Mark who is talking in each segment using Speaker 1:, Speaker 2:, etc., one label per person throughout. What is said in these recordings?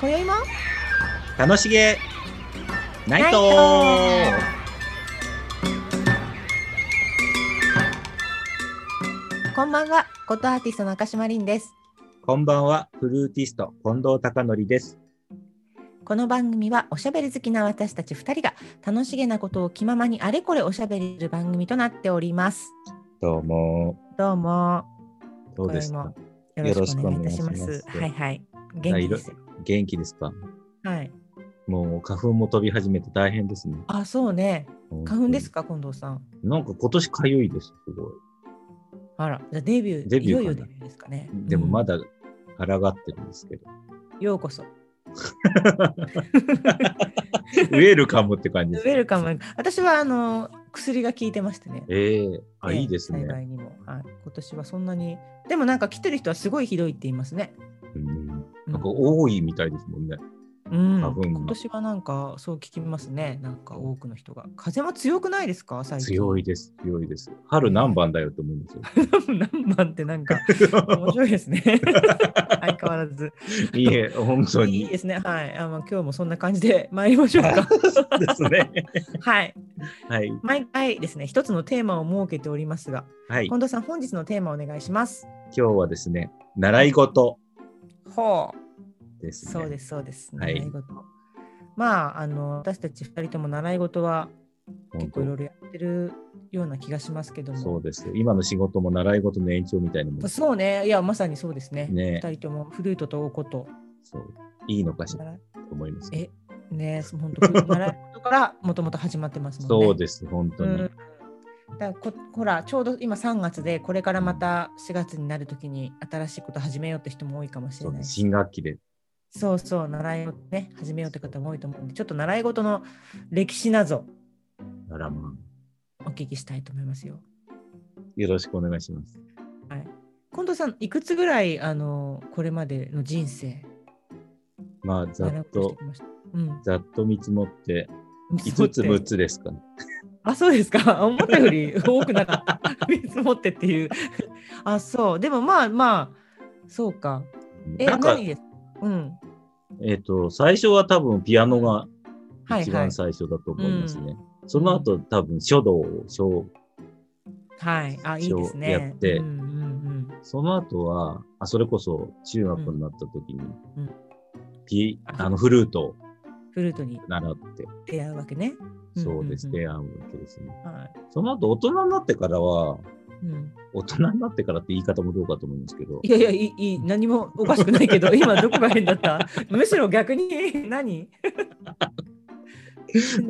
Speaker 1: 今宵も
Speaker 2: 楽しげナイト
Speaker 1: ナイこんばんはことアーティストの赤島凛です
Speaker 2: こんばんは、フルーティスト、近藤貴則です。
Speaker 1: この番組はおしゃべり好きな私たち2人が楽しげなことを気ままにあれこれおしゃべりする番組となっております
Speaker 2: どうも、
Speaker 1: どうも
Speaker 2: どうですか
Speaker 1: よろしくお願いいたします
Speaker 2: よろしくお
Speaker 1: は
Speaker 2: 願いします
Speaker 1: いはい元気ですよ
Speaker 2: 元気ですか
Speaker 1: はい
Speaker 2: もう花粉も飛び始めて大変ですね。
Speaker 1: あそうね花粉です
Speaker 2: か
Speaker 1: か近藤さん
Speaker 2: なんか今年かゆいです、すごい。
Speaker 1: あらじゃあデビュー
Speaker 2: デビュー
Speaker 1: いよいよ
Speaker 2: か
Speaker 1: デ
Speaker 2: な
Speaker 1: ビューですかね
Speaker 2: でもま
Speaker 1: だ、
Speaker 2: だ抗ってるんですけど。
Speaker 1: うんようこそ
Speaker 2: ウェルカムって感じ
Speaker 1: ウ
Speaker 2: です。
Speaker 1: ェルカ。ム私はあの薬が効いてましてね
Speaker 2: ええあ、
Speaker 1: ええ
Speaker 2: いいですね。
Speaker 1: 幸いにも、はい、今年はそんなに、でもなんか来てる人はすごいひどいって言いますね。
Speaker 2: うん
Speaker 1: うん
Speaker 2: なんか多いみたいですもんね。
Speaker 1: うん、
Speaker 2: 花粉が
Speaker 1: 今年はなんかそう聞きますね、なんか多くの人が。風も強くないですか、最近。
Speaker 2: 強いです、強いです。春何番だよって思いますよ。
Speaker 1: 何番ってなんか面白いです ね。相変わらず。
Speaker 2: いいえ、本当
Speaker 1: いい
Speaker 2: に。
Speaker 1: ですね、はいあまあ。今日もそんな感じで参りましょうか。
Speaker 2: そうですね。
Speaker 1: はい。
Speaker 2: はい。
Speaker 1: 毎回ですね、一つのテーマを設けておりますが、
Speaker 2: はい。今
Speaker 1: 近藤さん、本日のテーマお願いします。
Speaker 2: 日はですね、習い事
Speaker 1: ほう。
Speaker 2: ですね。。
Speaker 1: そうですすそうです。
Speaker 2: は
Speaker 1: 習
Speaker 2: い
Speaker 1: い事。まああの私たち二人とも習い事は結構いろいろやってるような気がしますけども。
Speaker 2: そうです。今の仕事も習い事の延長みたいなもんです
Speaker 1: そうね。いやまさにそうですね。二、
Speaker 2: ね。
Speaker 1: 人ともフルートとおこと。
Speaker 2: そう。いいのかしらと思いますけど。
Speaker 1: えね本当習い事からもともと始まってますもんね。
Speaker 2: そうです、本当
Speaker 1: う
Speaker 2: に
Speaker 1: ん。だからこほらちょうど今3月でこれからまた4月になるときに新しいこと始めようって人も多いかもし
Speaker 2: そ
Speaker 1: れ
Speaker 2: う
Speaker 1: な
Speaker 2: で
Speaker 1: い
Speaker 2: す
Speaker 1: し
Speaker 2: 新学期で。
Speaker 1: そうそう習い事ね始めようって方も多いと思うんでちょっと習い事の歴史謎
Speaker 2: あらまあ。
Speaker 1: お聞きしたいと思いますよ。
Speaker 2: よろしくお願いします。
Speaker 1: はい、近藤さん、いくつぐらいあのこれまでの人生、
Speaker 2: まあ、ざ
Speaker 1: 習い
Speaker 2: っ
Speaker 1: 事して
Speaker 2: と
Speaker 1: き、ましたうん、
Speaker 2: ざっと見積もって、
Speaker 1: そう
Speaker 2: 5
Speaker 1: っ
Speaker 2: つ
Speaker 1: て
Speaker 2: 6つですかね。
Speaker 1: あ、そうですか。思ったより多くなかった。見積もってっていう。 あ、そう。でもまあまあ、そうか。え、
Speaker 2: なんか
Speaker 1: 何、ですうん。
Speaker 2: えっと、最初は多分ピアノが
Speaker 1: はい
Speaker 2: 一
Speaker 1: はい
Speaker 2: 番。最初だと思いますね。その後、多分書道を、小
Speaker 1: はい。あ、いいですね。
Speaker 2: 一応やって
Speaker 1: うんうん
Speaker 2: その後は、あ、それこそ中学になった時に、
Speaker 1: うん
Speaker 2: ピ、
Speaker 1: あ
Speaker 2: あの、フルートを
Speaker 1: うん、フルートに
Speaker 2: 習って、
Speaker 1: 出会うわけね。
Speaker 2: そうです
Speaker 1: うんうん
Speaker 2: ね、あわけですね。
Speaker 1: は
Speaker 2: その後、大人になってからは、
Speaker 1: い。うん、
Speaker 2: 大人になってからって言い方もどうかと思うんですけど
Speaker 1: い、やいや、いいいい、何もおかしくない けど、今どこが変だった むしろ逆に 何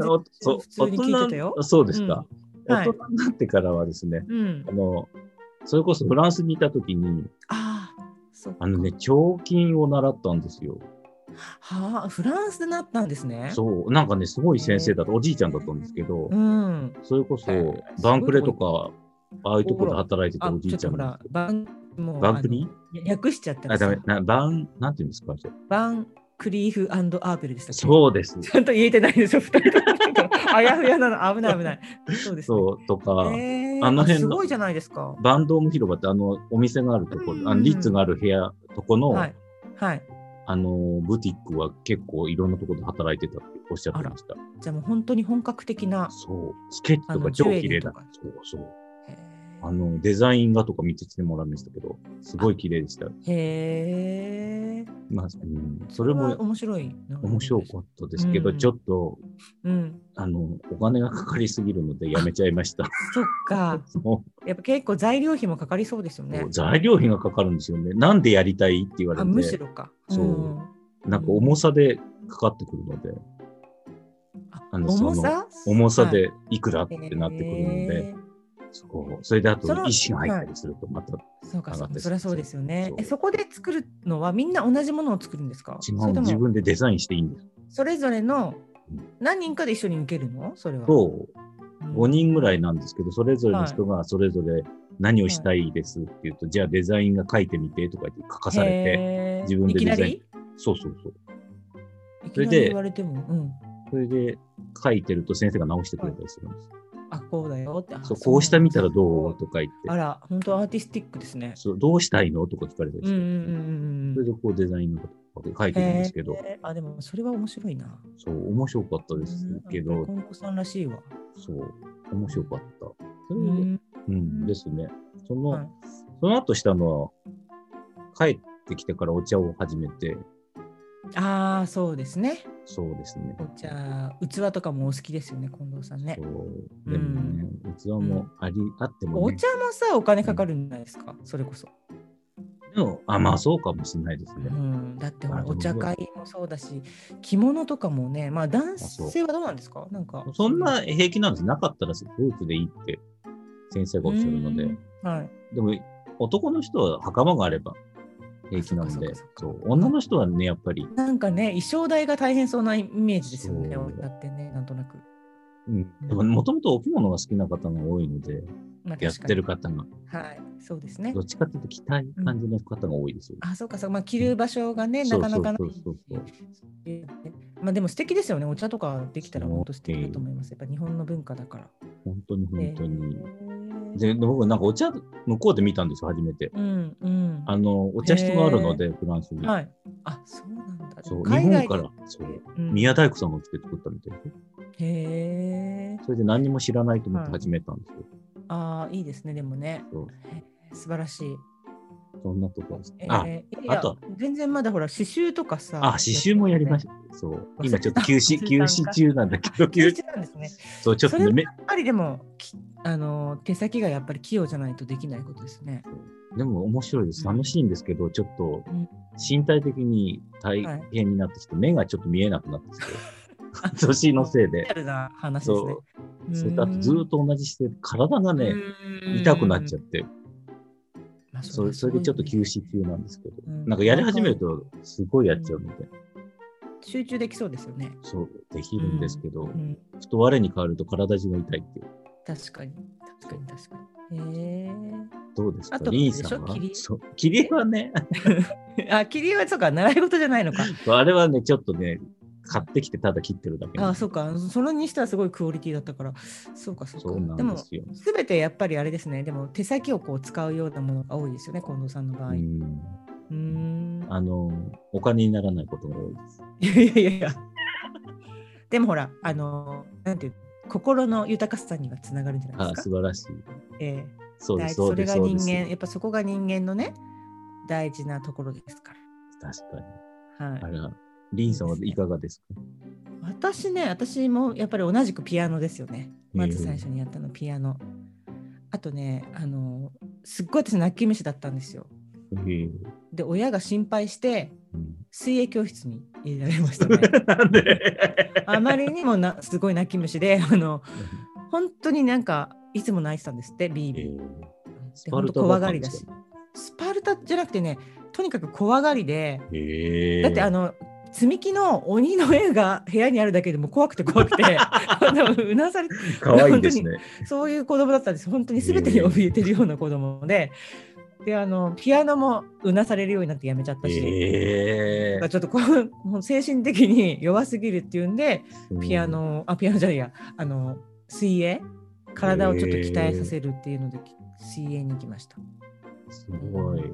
Speaker 2: おそう
Speaker 1: 普通に聞いてたよ
Speaker 2: 大人そうですか、
Speaker 1: うんはい
Speaker 2: 大人になってからはですね、
Speaker 1: うん
Speaker 2: あ。の、それこそフランスにいた時に、
Speaker 1: ああ、そっか
Speaker 2: あのね、彫金を習ったんですよ。
Speaker 1: はあ、フランスでなったんですね。
Speaker 2: そう、なんかね、すごい先生だった、おじいちゃんだったんですけど、
Speaker 1: うん。
Speaker 2: それこそ
Speaker 1: へえ、
Speaker 2: バンクレとか、ああいうところで働いてた
Speaker 1: あ
Speaker 2: お、じ
Speaker 1: ちょ
Speaker 2: い
Speaker 1: っ
Speaker 2: ちゃ
Speaker 1: と
Speaker 2: ん
Speaker 1: ほ
Speaker 2: なんです
Speaker 1: ら、バン、もう、
Speaker 2: バンクリ
Speaker 1: あの略しちゃった
Speaker 2: あ、
Speaker 1: ら
Speaker 2: ダ
Speaker 1: さ
Speaker 2: メ。な、バン、なんていうんですかそれ
Speaker 1: バンクリーフアーベルでしたっけ
Speaker 2: そうです。
Speaker 1: ちゃんと言えてないでしょ、二人ともなんか。あやふやなの、危ない危ない。そうです、ね。
Speaker 2: そう、とか、
Speaker 1: へえ
Speaker 2: あの辺
Speaker 1: す
Speaker 2: の
Speaker 1: ごいじゃないですか。
Speaker 2: バンドーム広場ってあの、お店があるとこ
Speaker 1: うんうん
Speaker 2: ろ、あの、リッツがある部屋、とこの、
Speaker 1: はい。はい。
Speaker 2: あの、ブティックは結構いろんなところで働いてたっておっしゃってました。
Speaker 1: じゃあもう本当に本格的な。
Speaker 2: そう、スケッチ
Speaker 1: あ
Speaker 2: と
Speaker 1: の
Speaker 2: か
Speaker 1: ジ
Speaker 2: 超
Speaker 1: ュエリ
Speaker 2: 綺
Speaker 1: ー
Speaker 2: 麗
Speaker 1: と
Speaker 2: だ
Speaker 1: か。
Speaker 2: そうそう。
Speaker 1: へ
Speaker 2: あの、デザイン画とか見ててもらいましたけど、すごい綺麗でした。
Speaker 1: え。へえ。
Speaker 2: まあ、うん、それも
Speaker 1: 面白いな。
Speaker 2: 面白かったですけど、
Speaker 1: うん
Speaker 2: ちょっと、
Speaker 1: うん。
Speaker 2: あの、お金がかかりすぎるのでやめちゃいました。
Speaker 1: そっ か。
Speaker 2: も
Speaker 1: やっぱ結構材料費もかかりそうですよ
Speaker 2: う
Speaker 1: ね。
Speaker 2: 材料費がかかるんですよね。なんでやりたいって言われ、
Speaker 1: あむしてろか。
Speaker 2: そうんなんか重さでかかってくるので、
Speaker 1: あ
Speaker 2: あの
Speaker 1: 重さ
Speaker 2: 重さ
Speaker 1: はい
Speaker 2: でいくらってなってくるので、
Speaker 1: へー
Speaker 2: そうそれであと
Speaker 1: その
Speaker 2: 石が入ったりするとまた
Speaker 1: そうか、
Speaker 2: 上
Speaker 1: そ
Speaker 2: が
Speaker 1: う
Speaker 2: って
Speaker 1: かそりゃそうですよね
Speaker 2: そう
Speaker 1: え。そこで作るのはみんな同じものを作るんですか
Speaker 2: 違
Speaker 1: そうれと
Speaker 2: 自
Speaker 1: も
Speaker 2: 分でデザインしていいんです。
Speaker 1: それぞれの
Speaker 2: うん
Speaker 1: 何人かで一緒に受けるのそれは。
Speaker 2: と、
Speaker 1: うん
Speaker 2: 5人ぐらいなんですけど、それぞれの人がそれぞれ何をしたいですって言うと、じゃあデザインが書いてみてとか言って書かされて、
Speaker 1: へー
Speaker 2: 自分でデザイン
Speaker 1: いき
Speaker 2: そうそうそう。
Speaker 1: なりいき
Speaker 2: それ
Speaker 1: な
Speaker 2: で
Speaker 1: り言われても、うん、
Speaker 2: それで書いてると先生が直してくれたりするんです。
Speaker 1: あ、こうだよって。あ
Speaker 2: そうこうしてみたらどう
Speaker 1: そう
Speaker 2: とか言って
Speaker 1: あら、本当アーティスティックですね。
Speaker 2: そう、どうしたいのとか聞かれた
Speaker 1: う
Speaker 2: り
Speaker 1: ん
Speaker 2: し
Speaker 1: う
Speaker 2: て、
Speaker 1: んうんうん
Speaker 2: そうれ
Speaker 1: ん。
Speaker 2: でこうデザインのことかで書いてるんですけど、
Speaker 1: えーあ、でもそれは面白いな。
Speaker 2: そう、面白かったですけ
Speaker 1: うんなんか、
Speaker 2: ど
Speaker 1: 金子さんらしいわ。
Speaker 2: そう、面白かった。そうれで、うん、
Speaker 1: ん。
Speaker 2: ですね。その、
Speaker 1: はい
Speaker 2: その後したのは、帰ってきてからお茶を始めて、
Speaker 1: ああ、そうですね。
Speaker 2: そうですね。
Speaker 1: お茶、器とかもお好きですよね、近藤さんね
Speaker 2: そ。う、でもね、器もあり、あっても
Speaker 1: お
Speaker 2: ね、
Speaker 1: 茶もさ、お金かかるんじゃないですか、それこそ。
Speaker 2: でも、あ、まあそうかもしれないです
Speaker 1: う
Speaker 2: ね。
Speaker 1: ん、だってほ
Speaker 2: あ
Speaker 1: ら、
Speaker 2: でも
Speaker 1: お茶会もそうだし、着物とかもね、まあ男
Speaker 2: そう
Speaker 1: 性はどうなんですかなんか。
Speaker 2: そんな平気なんです。なかったら夫婦でいいって先生がおっしゃるので。
Speaker 1: うん。はい。
Speaker 2: でも、男の人は袴があれば平気なので
Speaker 1: あそっかそっ、かそ
Speaker 2: そ
Speaker 1: っ
Speaker 2: う
Speaker 1: か
Speaker 2: 女の人はね、やっぱり、
Speaker 1: なんかね、衣装代が大変そうなイメージですよね、
Speaker 2: そう
Speaker 1: だってね、なんとなく。
Speaker 2: うんでももともとお着物が好きな方が多いので、
Speaker 1: まあ
Speaker 2: やってる。方が、
Speaker 1: 確かにはい、そうですね
Speaker 2: ど。っちかっていうと着たい感じの方が多いですよ。
Speaker 1: あ、そうか、そうか、まあ、着る場所がね、
Speaker 2: そ
Speaker 1: な
Speaker 2: う
Speaker 1: かなかない
Speaker 2: そうそうそう
Speaker 1: まあでも素敵ですよね。お茶とかできたら
Speaker 2: そう
Speaker 1: 本当素敵だと思います。やっぱ日本の文化だから。
Speaker 2: 本当に本当に。
Speaker 1: へー
Speaker 2: で、で僕なんかお茶、向こうで見たんですよ、初めて。
Speaker 1: うんうん。
Speaker 2: あの、お茶室があるので、フランスに。
Speaker 1: はい。あ、そうなんだ。
Speaker 2: そう、日
Speaker 1: 海外
Speaker 2: 本から、そう、
Speaker 1: うん
Speaker 2: 宮大工さんが来て作ったみたいです。
Speaker 1: へえ。
Speaker 2: それで何にも知らないと思って
Speaker 1: はい
Speaker 2: 始めたんですよ。
Speaker 1: ああ、いいですね、でもね。
Speaker 2: そう
Speaker 1: 素晴らしい。
Speaker 2: そんなとこです。
Speaker 1: え
Speaker 2: あ、
Speaker 1: ーいや
Speaker 2: あと
Speaker 1: 全然まだほら、刺繍とかさ。。
Speaker 2: あ、刺繍もやりましたた。そう。
Speaker 1: 忘れてた
Speaker 2: 今ちょっと休止、
Speaker 1: 忘
Speaker 2: 休
Speaker 1: れてた
Speaker 2: 止中なんだけ ど、
Speaker 1: 休
Speaker 2: 休
Speaker 1: 止なんですね。
Speaker 2: そう、ちょっ
Speaker 1: そ
Speaker 2: と
Speaker 1: れ
Speaker 2: ね、
Speaker 1: も
Speaker 2: め
Speaker 1: やっぱりでも、きあの手先がやっぱり器用じゃないとできないことです ね。
Speaker 2: でも面白いです。
Speaker 1: うん
Speaker 2: 楽しいんですけど、ちょっと
Speaker 1: うん
Speaker 2: 身体的に大変になってきて、目がちょっと見えなくなって きて、年のせい
Speaker 1: リ
Speaker 2: で
Speaker 1: ア。ルな話ですね
Speaker 2: そう。。それとあとずーっと同じ姿勢で、体がね、痛くなっちゃ
Speaker 1: っ
Speaker 2: って、
Speaker 1: まあ
Speaker 2: そ
Speaker 1: り
Speaker 2: れ
Speaker 1: ゃ
Speaker 2: それでちょっと休止中なんですけど、
Speaker 1: うん
Speaker 2: なんかやり始めると、すごいやっちゃうみたいな。
Speaker 1: 集中できそうですよね。
Speaker 2: そう、できるんですけど、
Speaker 1: うん、
Speaker 2: ふと我に変わると体中が痛いっていう。
Speaker 1: 確かに、確かに、確かに。へ
Speaker 2: どうですか
Speaker 1: あと
Speaker 2: リンさん
Speaker 1: あ
Speaker 2: は
Speaker 1: れでしょ切り
Speaker 2: そう切り絵はね、
Speaker 1: え。あ、切り絵はそうか、習い事じゃないの か。
Speaker 2: あれはね、ちょっとね、買ってきてただ切ってるだけなん
Speaker 1: あ、
Speaker 2: です
Speaker 1: そうか、そのにしてはすごいクオリティだったから。そうか、そうか。
Speaker 2: そうな
Speaker 1: で
Speaker 2: ん
Speaker 1: も
Speaker 2: で、すよ。
Speaker 1: すべてやっぱりあれですね。でも、手先をこう使うようなものが多いですよね、近藤さんの場合。う
Speaker 2: うん
Speaker 1: ーん。
Speaker 2: あの、お金にならないことが多いです。
Speaker 1: いやいやいやいや。でも、ほら、あの、なんていう。心の豊かさにはつながるんじゃない
Speaker 2: あ
Speaker 1: です
Speaker 2: 素
Speaker 1: か。
Speaker 2: 晴らしい。
Speaker 1: ええ
Speaker 2: そうで
Speaker 1: 大
Speaker 2: す、
Speaker 1: 事
Speaker 2: そ
Speaker 1: そうれ
Speaker 2: です、
Speaker 1: が
Speaker 2: そう
Speaker 1: 人
Speaker 2: です。
Speaker 1: 間やっぱそこが人間のね大事なところですか
Speaker 2: 確かに。
Speaker 1: ら、はい
Speaker 2: あら、リンさんはいかがですか
Speaker 1: 私ね私もやっぱり同じくピアノですよねまず最初にやったのピアノ、あとねあのすっごい私泣き虫だったんですよ
Speaker 2: ええ
Speaker 1: で親が心配して
Speaker 2: うん
Speaker 1: 水泳教室に入れられましたね
Speaker 2: なんで
Speaker 1: あまりにもな すごい泣き虫であの本当になんかいつも泣いてたんですってビービ
Speaker 2: え
Speaker 1: ー、
Speaker 2: え
Speaker 1: で本当怖がりだしスパルタじゃなくてねとにかく怖がりで
Speaker 2: ええ
Speaker 1: だってあの積み木の鬼の絵が部屋にあるだけでも怖くて怖 くてあのうなされて
Speaker 2: 可愛いですね。
Speaker 1: そういう子供だったんです本当に全てに怯えてるような子供で、であのピアノもうなされるようになってやめちゃったし、
Speaker 2: ええ
Speaker 1: だからちょっとこうもう精神的に弱すぎるっていうんでピア
Speaker 2: うん
Speaker 1: ノあピアノじゃないやあの水泳体をちょっと鍛えさせるっていうので、水泳に行きました
Speaker 2: すごい。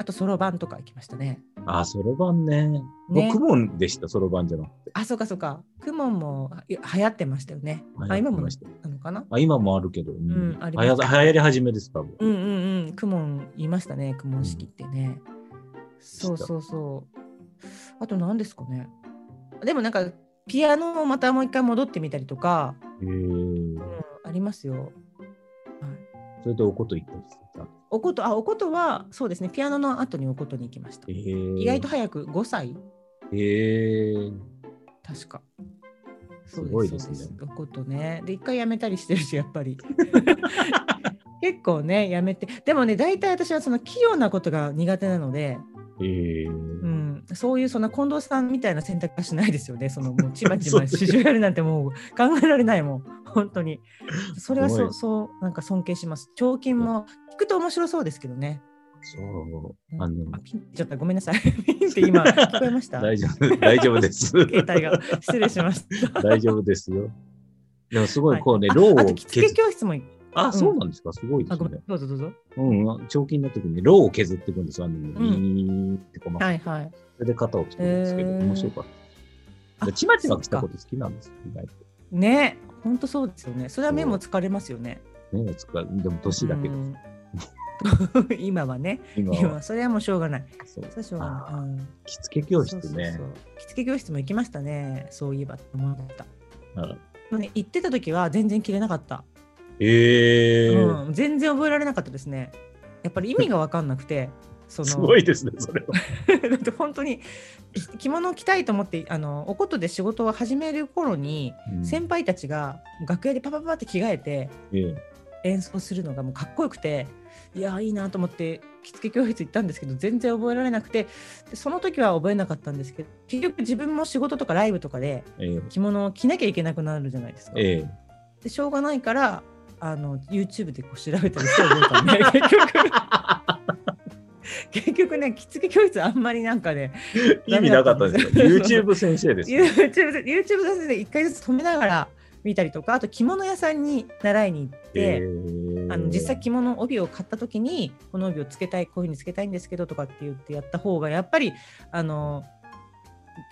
Speaker 1: あとそろばんとか行きましたね
Speaker 2: あ、そろばんね。
Speaker 1: ね
Speaker 2: 僕もでした、そろばんじゃなくて。
Speaker 1: あそうかそうかくもんもいや流行ってましたよねあ今も
Speaker 2: 流行ってま
Speaker 1: な
Speaker 2: した
Speaker 1: のかな
Speaker 2: あ今もあるけど、うん
Speaker 1: うんあり
Speaker 2: 流
Speaker 1: ま
Speaker 2: 行
Speaker 1: す
Speaker 2: 流行り始めです、多分。
Speaker 1: うんうんうん、クモンいましたね、クモン式ってね。そうそうそう。あと何ですかね。でもなんか、ピアノもまたもう一回戻ってみたりとか、
Speaker 2: ええ
Speaker 1: ありますよ。
Speaker 2: それでおこと言ったりしてた。
Speaker 1: おこと、あ、おことは、そうですね、ピアノの後におことに行きました。
Speaker 2: 意
Speaker 1: 意外と早く、5歳
Speaker 2: ええ
Speaker 1: 確か。そう
Speaker 2: すごいですね
Speaker 1: そうおことね。で、一回辞めたりしてるし、やっぱり。 結構ね、辞めて。でもね、大体私はその器用なことが苦手なので、
Speaker 2: ええ
Speaker 1: うん、そういうそんな近藤さんみたいな選択はしないですよね。そのもうちまち
Speaker 2: そう
Speaker 1: ま
Speaker 2: です
Speaker 1: 市
Speaker 2: ね
Speaker 1: 場やるなんてもう考えられないもん。本当に。それは
Speaker 2: す
Speaker 1: そ
Speaker 2: ごいう
Speaker 1: そうなんか尊敬します。彫金も聞くと面白そうですけどね。
Speaker 2: そう、あの、
Speaker 1: あピンって言っちゃったごめんなさい。 ピンって 今聞こえました。
Speaker 2: 大丈夫、大丈夫です。
Speaker 1: 携帯が失礼しました。
Speaker 2: 大丈夫ですよ。でもすごい、
Speaker 1: はい
Speaker 2: こうね、
Speaker 1: あ
Speaker 2: ロー
Speaker 1: あ
Speaker 2: を
Speaker 1: と着付け教室も行き
Speaker 2: あ、そうなんですか。すごいで
Speaker 1: あ
Speaker 2: す
Speaker 1: ごめ
Speaker 2: ね
Speaker 1: ん。どうぞどうぞ。
Speaker 2: うん、長期になった時に、ローを削っていくんですよ。あの、ビーって細かく。
Speaker 1: はいはい。
Speaker 2: それで肩を作るんですけど、
Speaker 1: へー
Speaker 2: 面白かったで。
Speaker 1: あ
Speaker 2: ちまちま来たこと好きなんですよ、意外と。
Speaker 1: ね、本当そうですよね。それは目も疲れますよね。
Speaker 2: 目がつくでも年だけど、
Speaker 1: うん 今はね、
Speaker 2: 今
Speaker 1: 今
Speaker 2: は
Speaker 1: はそれはもうしょうがない。
Speaker 2: そう
Speaker 1: それはしょうが
Speaker 2: あ
Speaker 1: な
Speaker 2: ー
Speaker 1: い。うん
Speaker 2: 着付け教室ね
Speaker 1: そうそうそう着付け教室も行きましたね。そういえばって思った。で
Speaker 2: うん
Speaker 1: もね、行ってた時は全然着れなかった。
Speaker 2: えー
Speaker 1: うん、全然覚えられなかったですね。やっぱり意味が分かんなくて、その
Speaker 2: すごいですねそれは
Speaker 1: だって本当にき着物を着たいと思ってあのおことで仕事を始める頃に、
Speaker 2: うん
Speaker 1: 先輩たちが楽屋でパパパパって着替えて
Speaker 2: ええ
Speaker 1: 演奏するのがもうかっこよくていやーいいなと思って着付け教室行ったんですけど全然覚えられなくてでその時は覚えなかったんですけど結局自分も仕事とかライブとかで
Speaker 2: ええ
Speaker 1: 着物を着なきゃいけなくなるじゃないですか。
Speaker 2: ええ
Speaker 1: でしょうがないからあの YouTube でこう調べたりして覚えたんで 結 局結局ね着付け教室あんまりなんかね
Speaker 2: 意味なかったですよ YouTube 先生です、ね、
Speaker 1: YouTube で YouTube 先生で1回ずつ止めながら見たりとかあと着物屋さんに習いに行って。
Speaker 2: ー
Speaker 1: あの実際着物帯を買った時にこの帯をつけたいこういうふうにつけたいんですけどとかって言ってやった方がやっぱりあの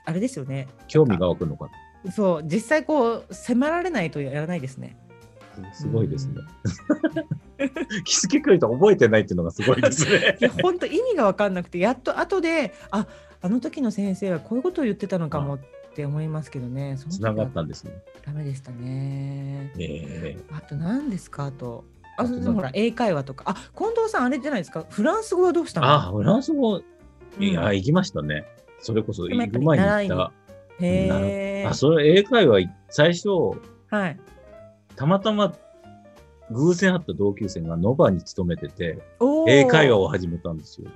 Speaker 1: あれですよね
Speaker 2: 興味が湧くのか
Speaker 1: そう実際こう迫られないとやらないですね。
Speaker 2: なすごいですね、気づけくれた覚えてないっていうのがすご いですね
Speaker 1: いや本当意味が分かんなくてやっと後でああの時の先生はこういうことを言ってたのかもって思いますけどねその
Speaker 2: つ
Speaker 1: 時
Speaker 2: な
Speaker 1: は
Speaker 2: がったんですね、
Speaker 1: ダメでしたね。
Speaker 2: ええ
Speaker 1: あと何ですかあと。あ
Speaker 2: あ
Speaker 1: そ
Speaker 2: となん
Speaker 1: れ
Speaker 2: か
Speaker 1: でもほら英会話とかあ近藤さんあれじゃないですかフランス語はどうしたの
Speaker 2: あフランス語
Speaker 1: うん
Speaker 2: いや、行きましたねそれこそ
Speaker 1: でもや
Speaker 2: 行
Speaker 1: っぱ
Speaker 2: く
Speaker 1: り
Speaker 2: 前に
Speaker 1: 習い
Speaker 2: 行
Speaker 1: に
Speaker 2: ったなる
Speaker 1: へえ
Speaker 2: あそれ英会話最初
Speaker 1: はい
Speaker 2: たまたま偶然会った同級生がノバに勤めてて、
Speaker 1: おー
Speaker 2: 英会話を始めたんですよ。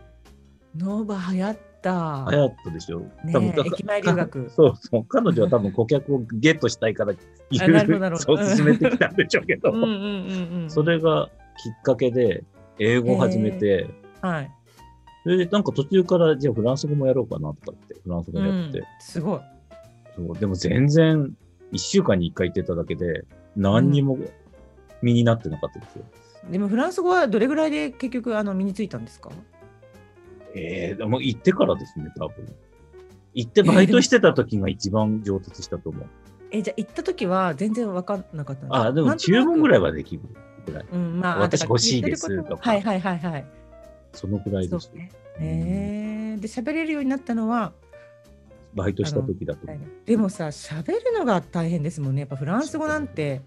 Speaker 1: ノーバー流行った。
Speaker 2: 流行ったでしょ
Speaker 1: え
Speaker 2: か
Speaker 1: 駅前留学
Speaker 2: かそうそう。彼女は多分顧客をゲットしたいから、いろ
Speaker 1: ないるほどな
Speaker 2: ろ
Speaker 1: るほど
Speaker 2: そう進めてきたんでしょうけど、
Speaker 1: うんうんうんうん。
Speaker 2: それがきっかけで英語を始めて、
Speaker 1: はい。
Speaker 2: それでなんか途中からじゃあフランス語もやろうかなとかって、フランス語
Speaker 1: う
Speaker 2: もやっ
Speaker 1: ん
Speaker 2: て、、
Speaker 1: すごい。
Speaker 2: そうでも全然1週間に1回行ってただけで、何にも身になってなかったですよ。
Speaker 1: でもフランス語はどれぐらいで結局あの身についたんですか。
Speaker 2: ええでも行ってからですね、多分。行ってバイトしてた時が一番上達したと思う。
Speaker 1: えじゃあ行った時は全然わかんなかったんですか。
Speaker 2: あ、でも注文ぐら
Speaker 1: い。
Speaker 2: いはできるぐらい。
Speaker 1: うんまあ
Speaker 2: 私
Speaker 1: だから
Speaker 2: 欲しいです
Speaker 1: 言ってること
Speaker 2: とか
Speaker 1: はいはいはいはい。
Speaker 2: そのぐらい
Speaker 1: そう
Speaker 2: です。
Speaker 1: ね。えー、で喋れるようになったのは。
Speaker 2: バイトした時だと思
Speaker 1: でもさ喋るのが大変ですもんね。やっぱフランス語なんて、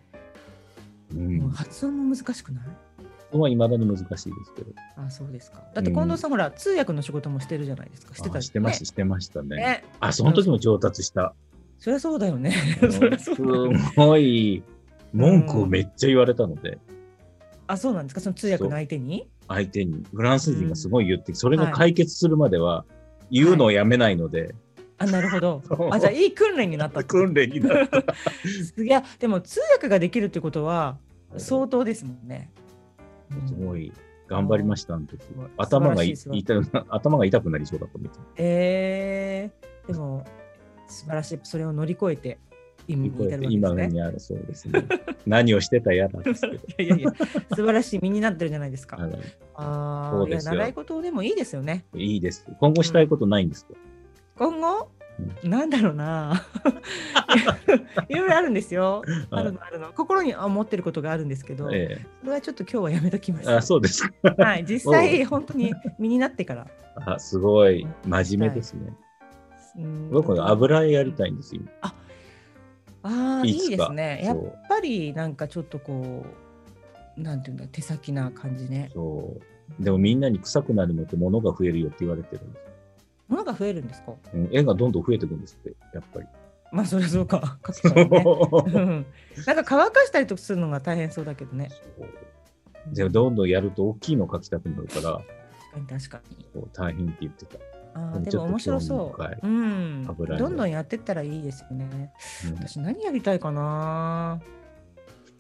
Speaker 2: う。う。
Speaker 1: もうん発音も難しくない。
Speaker 2: そこはいまだに難しいですけど。
Speaker 1: あそうですか。だって近藤さん、ほら通訳の仕事もしてるじゃないですか。してた
Speaker 2: あ
Speaker 1: です
Speaker 2: してました、してましたね。
Speaker 1: ね。
Speaker 2: あ、その時も上達した。
Speaker 1: そりゃそうだよね。
Speaker 2: す
Speaker 1: そりゃそうだ。
Speaker 2: ごい文句をめっちゃ言われたので、
Speaker 1: あ、そうなんですか。その通訳の相手に。
Speaker 2: 相手に、フランス人がすごい言って、それが解決するまでは言うのをやめないので、
Speaker 1: あ、なるほど
Speaker 2: そう。
Speaker 1: あ、じゃあいい訓練になったってこと。
Speaker 2: 訓練になった。
Speaker 1: すげえ。でも通訳ができるってことは相当ですもんね。うん
Speaker 2: すごい頑張りました、あの時
Speaker 1: ごい
Speaker 2: 頭がい
Speaker 1: 素晴らしい
Speaker 2: 痛い頭が痛くなりそうだったみたいな。
Speaker 1: えー、でも素晴らしい。それを乗り越えて今に至るわけです
Speaker 2: 今
Speaker 1: ね。
Speaker 2: にあるそうです ね。何をしてたやらですけど。
Speaker 1: いやいや素晴らしい身になってるじゃないですか
Speaker 2: あ。の
Speaker 1: あ
Speaker 2: そ
Speaker 1: あ、
Speaker 2: う
Speaker 1: い
Speaker 2: で
Speaker 1: や
Speaker 2: すよ
Speaker 1: 習い事でもいいですよね。
Speaker 2: いいです。今後したいことないんですか、
Speaker 1: 今後なんだろう な。いろいろあるんですよ。あるのあるの。心に思ってることがあるんですけど。
Speaker 2: え
Speaker 1: それはちょっと今日はやめときま
Speaker 2: え
Speaker 1: す。
Speaker 2: あそ うですか。
Speaker 1: はい、実際本当に身になってから。
Speaker 2: あすごい真面目ですね。
Speaker 1: うん
Speaker 2: 僕は油絵やりたいんですよ。
Speaker 1: ああ、い
Speaker 2: いつか
Speaker 1: いですね。や
Speaker 2: そ
Speaker 1: っ
Speaker 2: う
Speaker 1: ぱりなんかちょっとこう、なんていうんだ、手先な感じね。
Speaker 2: そう。でもみんなに臭くなるのって物が増えるよって言われてるんです。
Speaker 1: 物が増えるんですか
Speaker 2: うん絵がどんどん増えていくんですって、やっぱり。
Speaker 1: まあ、そりゃそうか。書きたらね。うんなんか乾かしたりとかするのが大変そうだけどね。
Speaker 2: そうでもどんどんやると大きいの描きたくなるから、
Speaker 1: 確かに確かに。
Speaker 2: こう大変って言ってた。
Speaker 1: あ
Speaker 2: で
Speaker 1: あ、
Speaker 2: も
Speaker 1: で
Speaker 2: ち
Speaker 1: も
Speaker 2: ょっと
Speaker 1: 面白そ
Speaker 2: 興味
Speaker 1: う。うん
Speaker 2: 油。絵
Speaker 1: どんどんやってったらいいですよね。
Speaker 2: うん
Speaker 1: 私何やりたいかな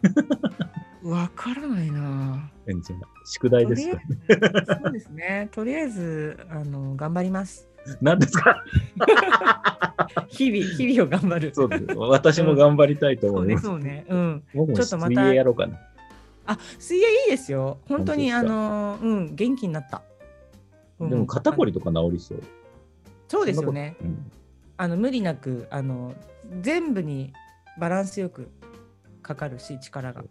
Speaker 1: わからないな
Speaker 2: 全然宿題です か
Speaker 1: そうですね。とりあえず、あの、頑張ります。
Speaker 2: 何ですか
Speaker 1: 日々、日々を頑張る。
Speaker 2: そうです。私も頑張りたいと
Speaker 1: そ
Speaker 2: 思
Speaker 1: う
Speaker 2: い
Speaker 1: ね、
Speaker 2: ます。
Speaker 1: そうね。うん。
Speaker 2: 僕も
Speaker 1: ちょっとま
Speaker 2: 水
Speaker 1: た
Speaker 2: 泳やろうかな。
Speaker 1: あ、水泳いいですよ。本当に、あ
Speaker 2: 本当です
Speaker 1: の、うん、元気になった。うん
Speaker 2: でも肩こりとか治りそう。
Speaker 1: そうですよね。
Speaker 2: うん、
Speaker 1: あの無理なくあの全部にバランスよくかかるし力が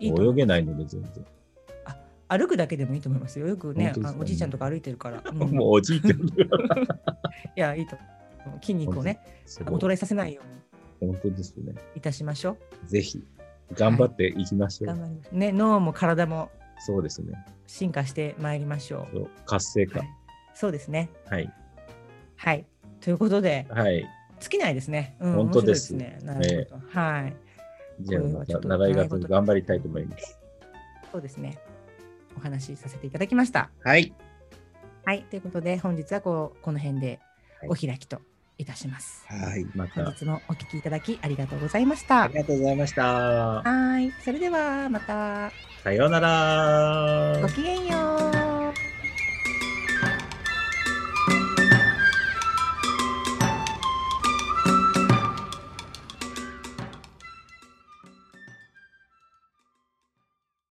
Speaker 1: いいと思
Speaker 2: 泳
Speaker 1: う
Speaker 2: げないので全然。
Speaker 1: 歩くだけでもいいと思いますよよくね
Speaker 2: 本当です
Speaker 1: あ
Speaker 2: か
Speaker 1: おじいちゃんとか歩いてるから、うん
Speaker 2: もうおじいちゃんだよ。
Speaker 1: いやいいと思う筋肉をね
Speaker 2: す
Speaker 1: あの
Speaker 2: ごい
Speaker 1: 衰えさせないように
Speaker 2: 本当ですね。
Speaker 1: いたしましょ
Speaker 2: ぜひ頑張っていきまし
Speaker 1: う
Speaker 2: ょう。
Speaker 1: 頑張りましょうね脳も体も
Speaker 2: そうですね。
Speaker 1: 進化してまいりましょ
Speaker 2: そう活性
Speaker 1: う、は
Speaker 2: 化
Speaker 1: い。、そうですね
Speaker 2: はい。
Speaker 1: はいということで
Speaker 2: はい。
Speaker 1: 尽きないですね、うん、
Speaker 2: 本当です
Speaker 1: 面白いですねなるほど、はい
Speaker 2: じゃあ
Speaker 1: これは
Speaker 2: ま
Speaker 1: ちょ
Speaker 2: た
Speaker 1: っと
Speaker 2: 長いこと頑張りたいと思います。
Speaker 1: そうですねお話しさせていただきました
Speaker 2: はい。
Speaker 1: はい、ということで本日はこうこの辺で
Speaker 2: はい
Speaker 1: お開きといたします。
Speaker 2: はい。ま
Speaker 1: 本
Speaker 2: た。
Speaker 1: 日もお聞きいただきありがとうございました。
Speaker 2: あ
Speaker 1: は
Speaker 2: りがとうございました。
Speaker 1: ーい、それではまた
Speaker 2: さようなら。
Speaker 1: ごきげん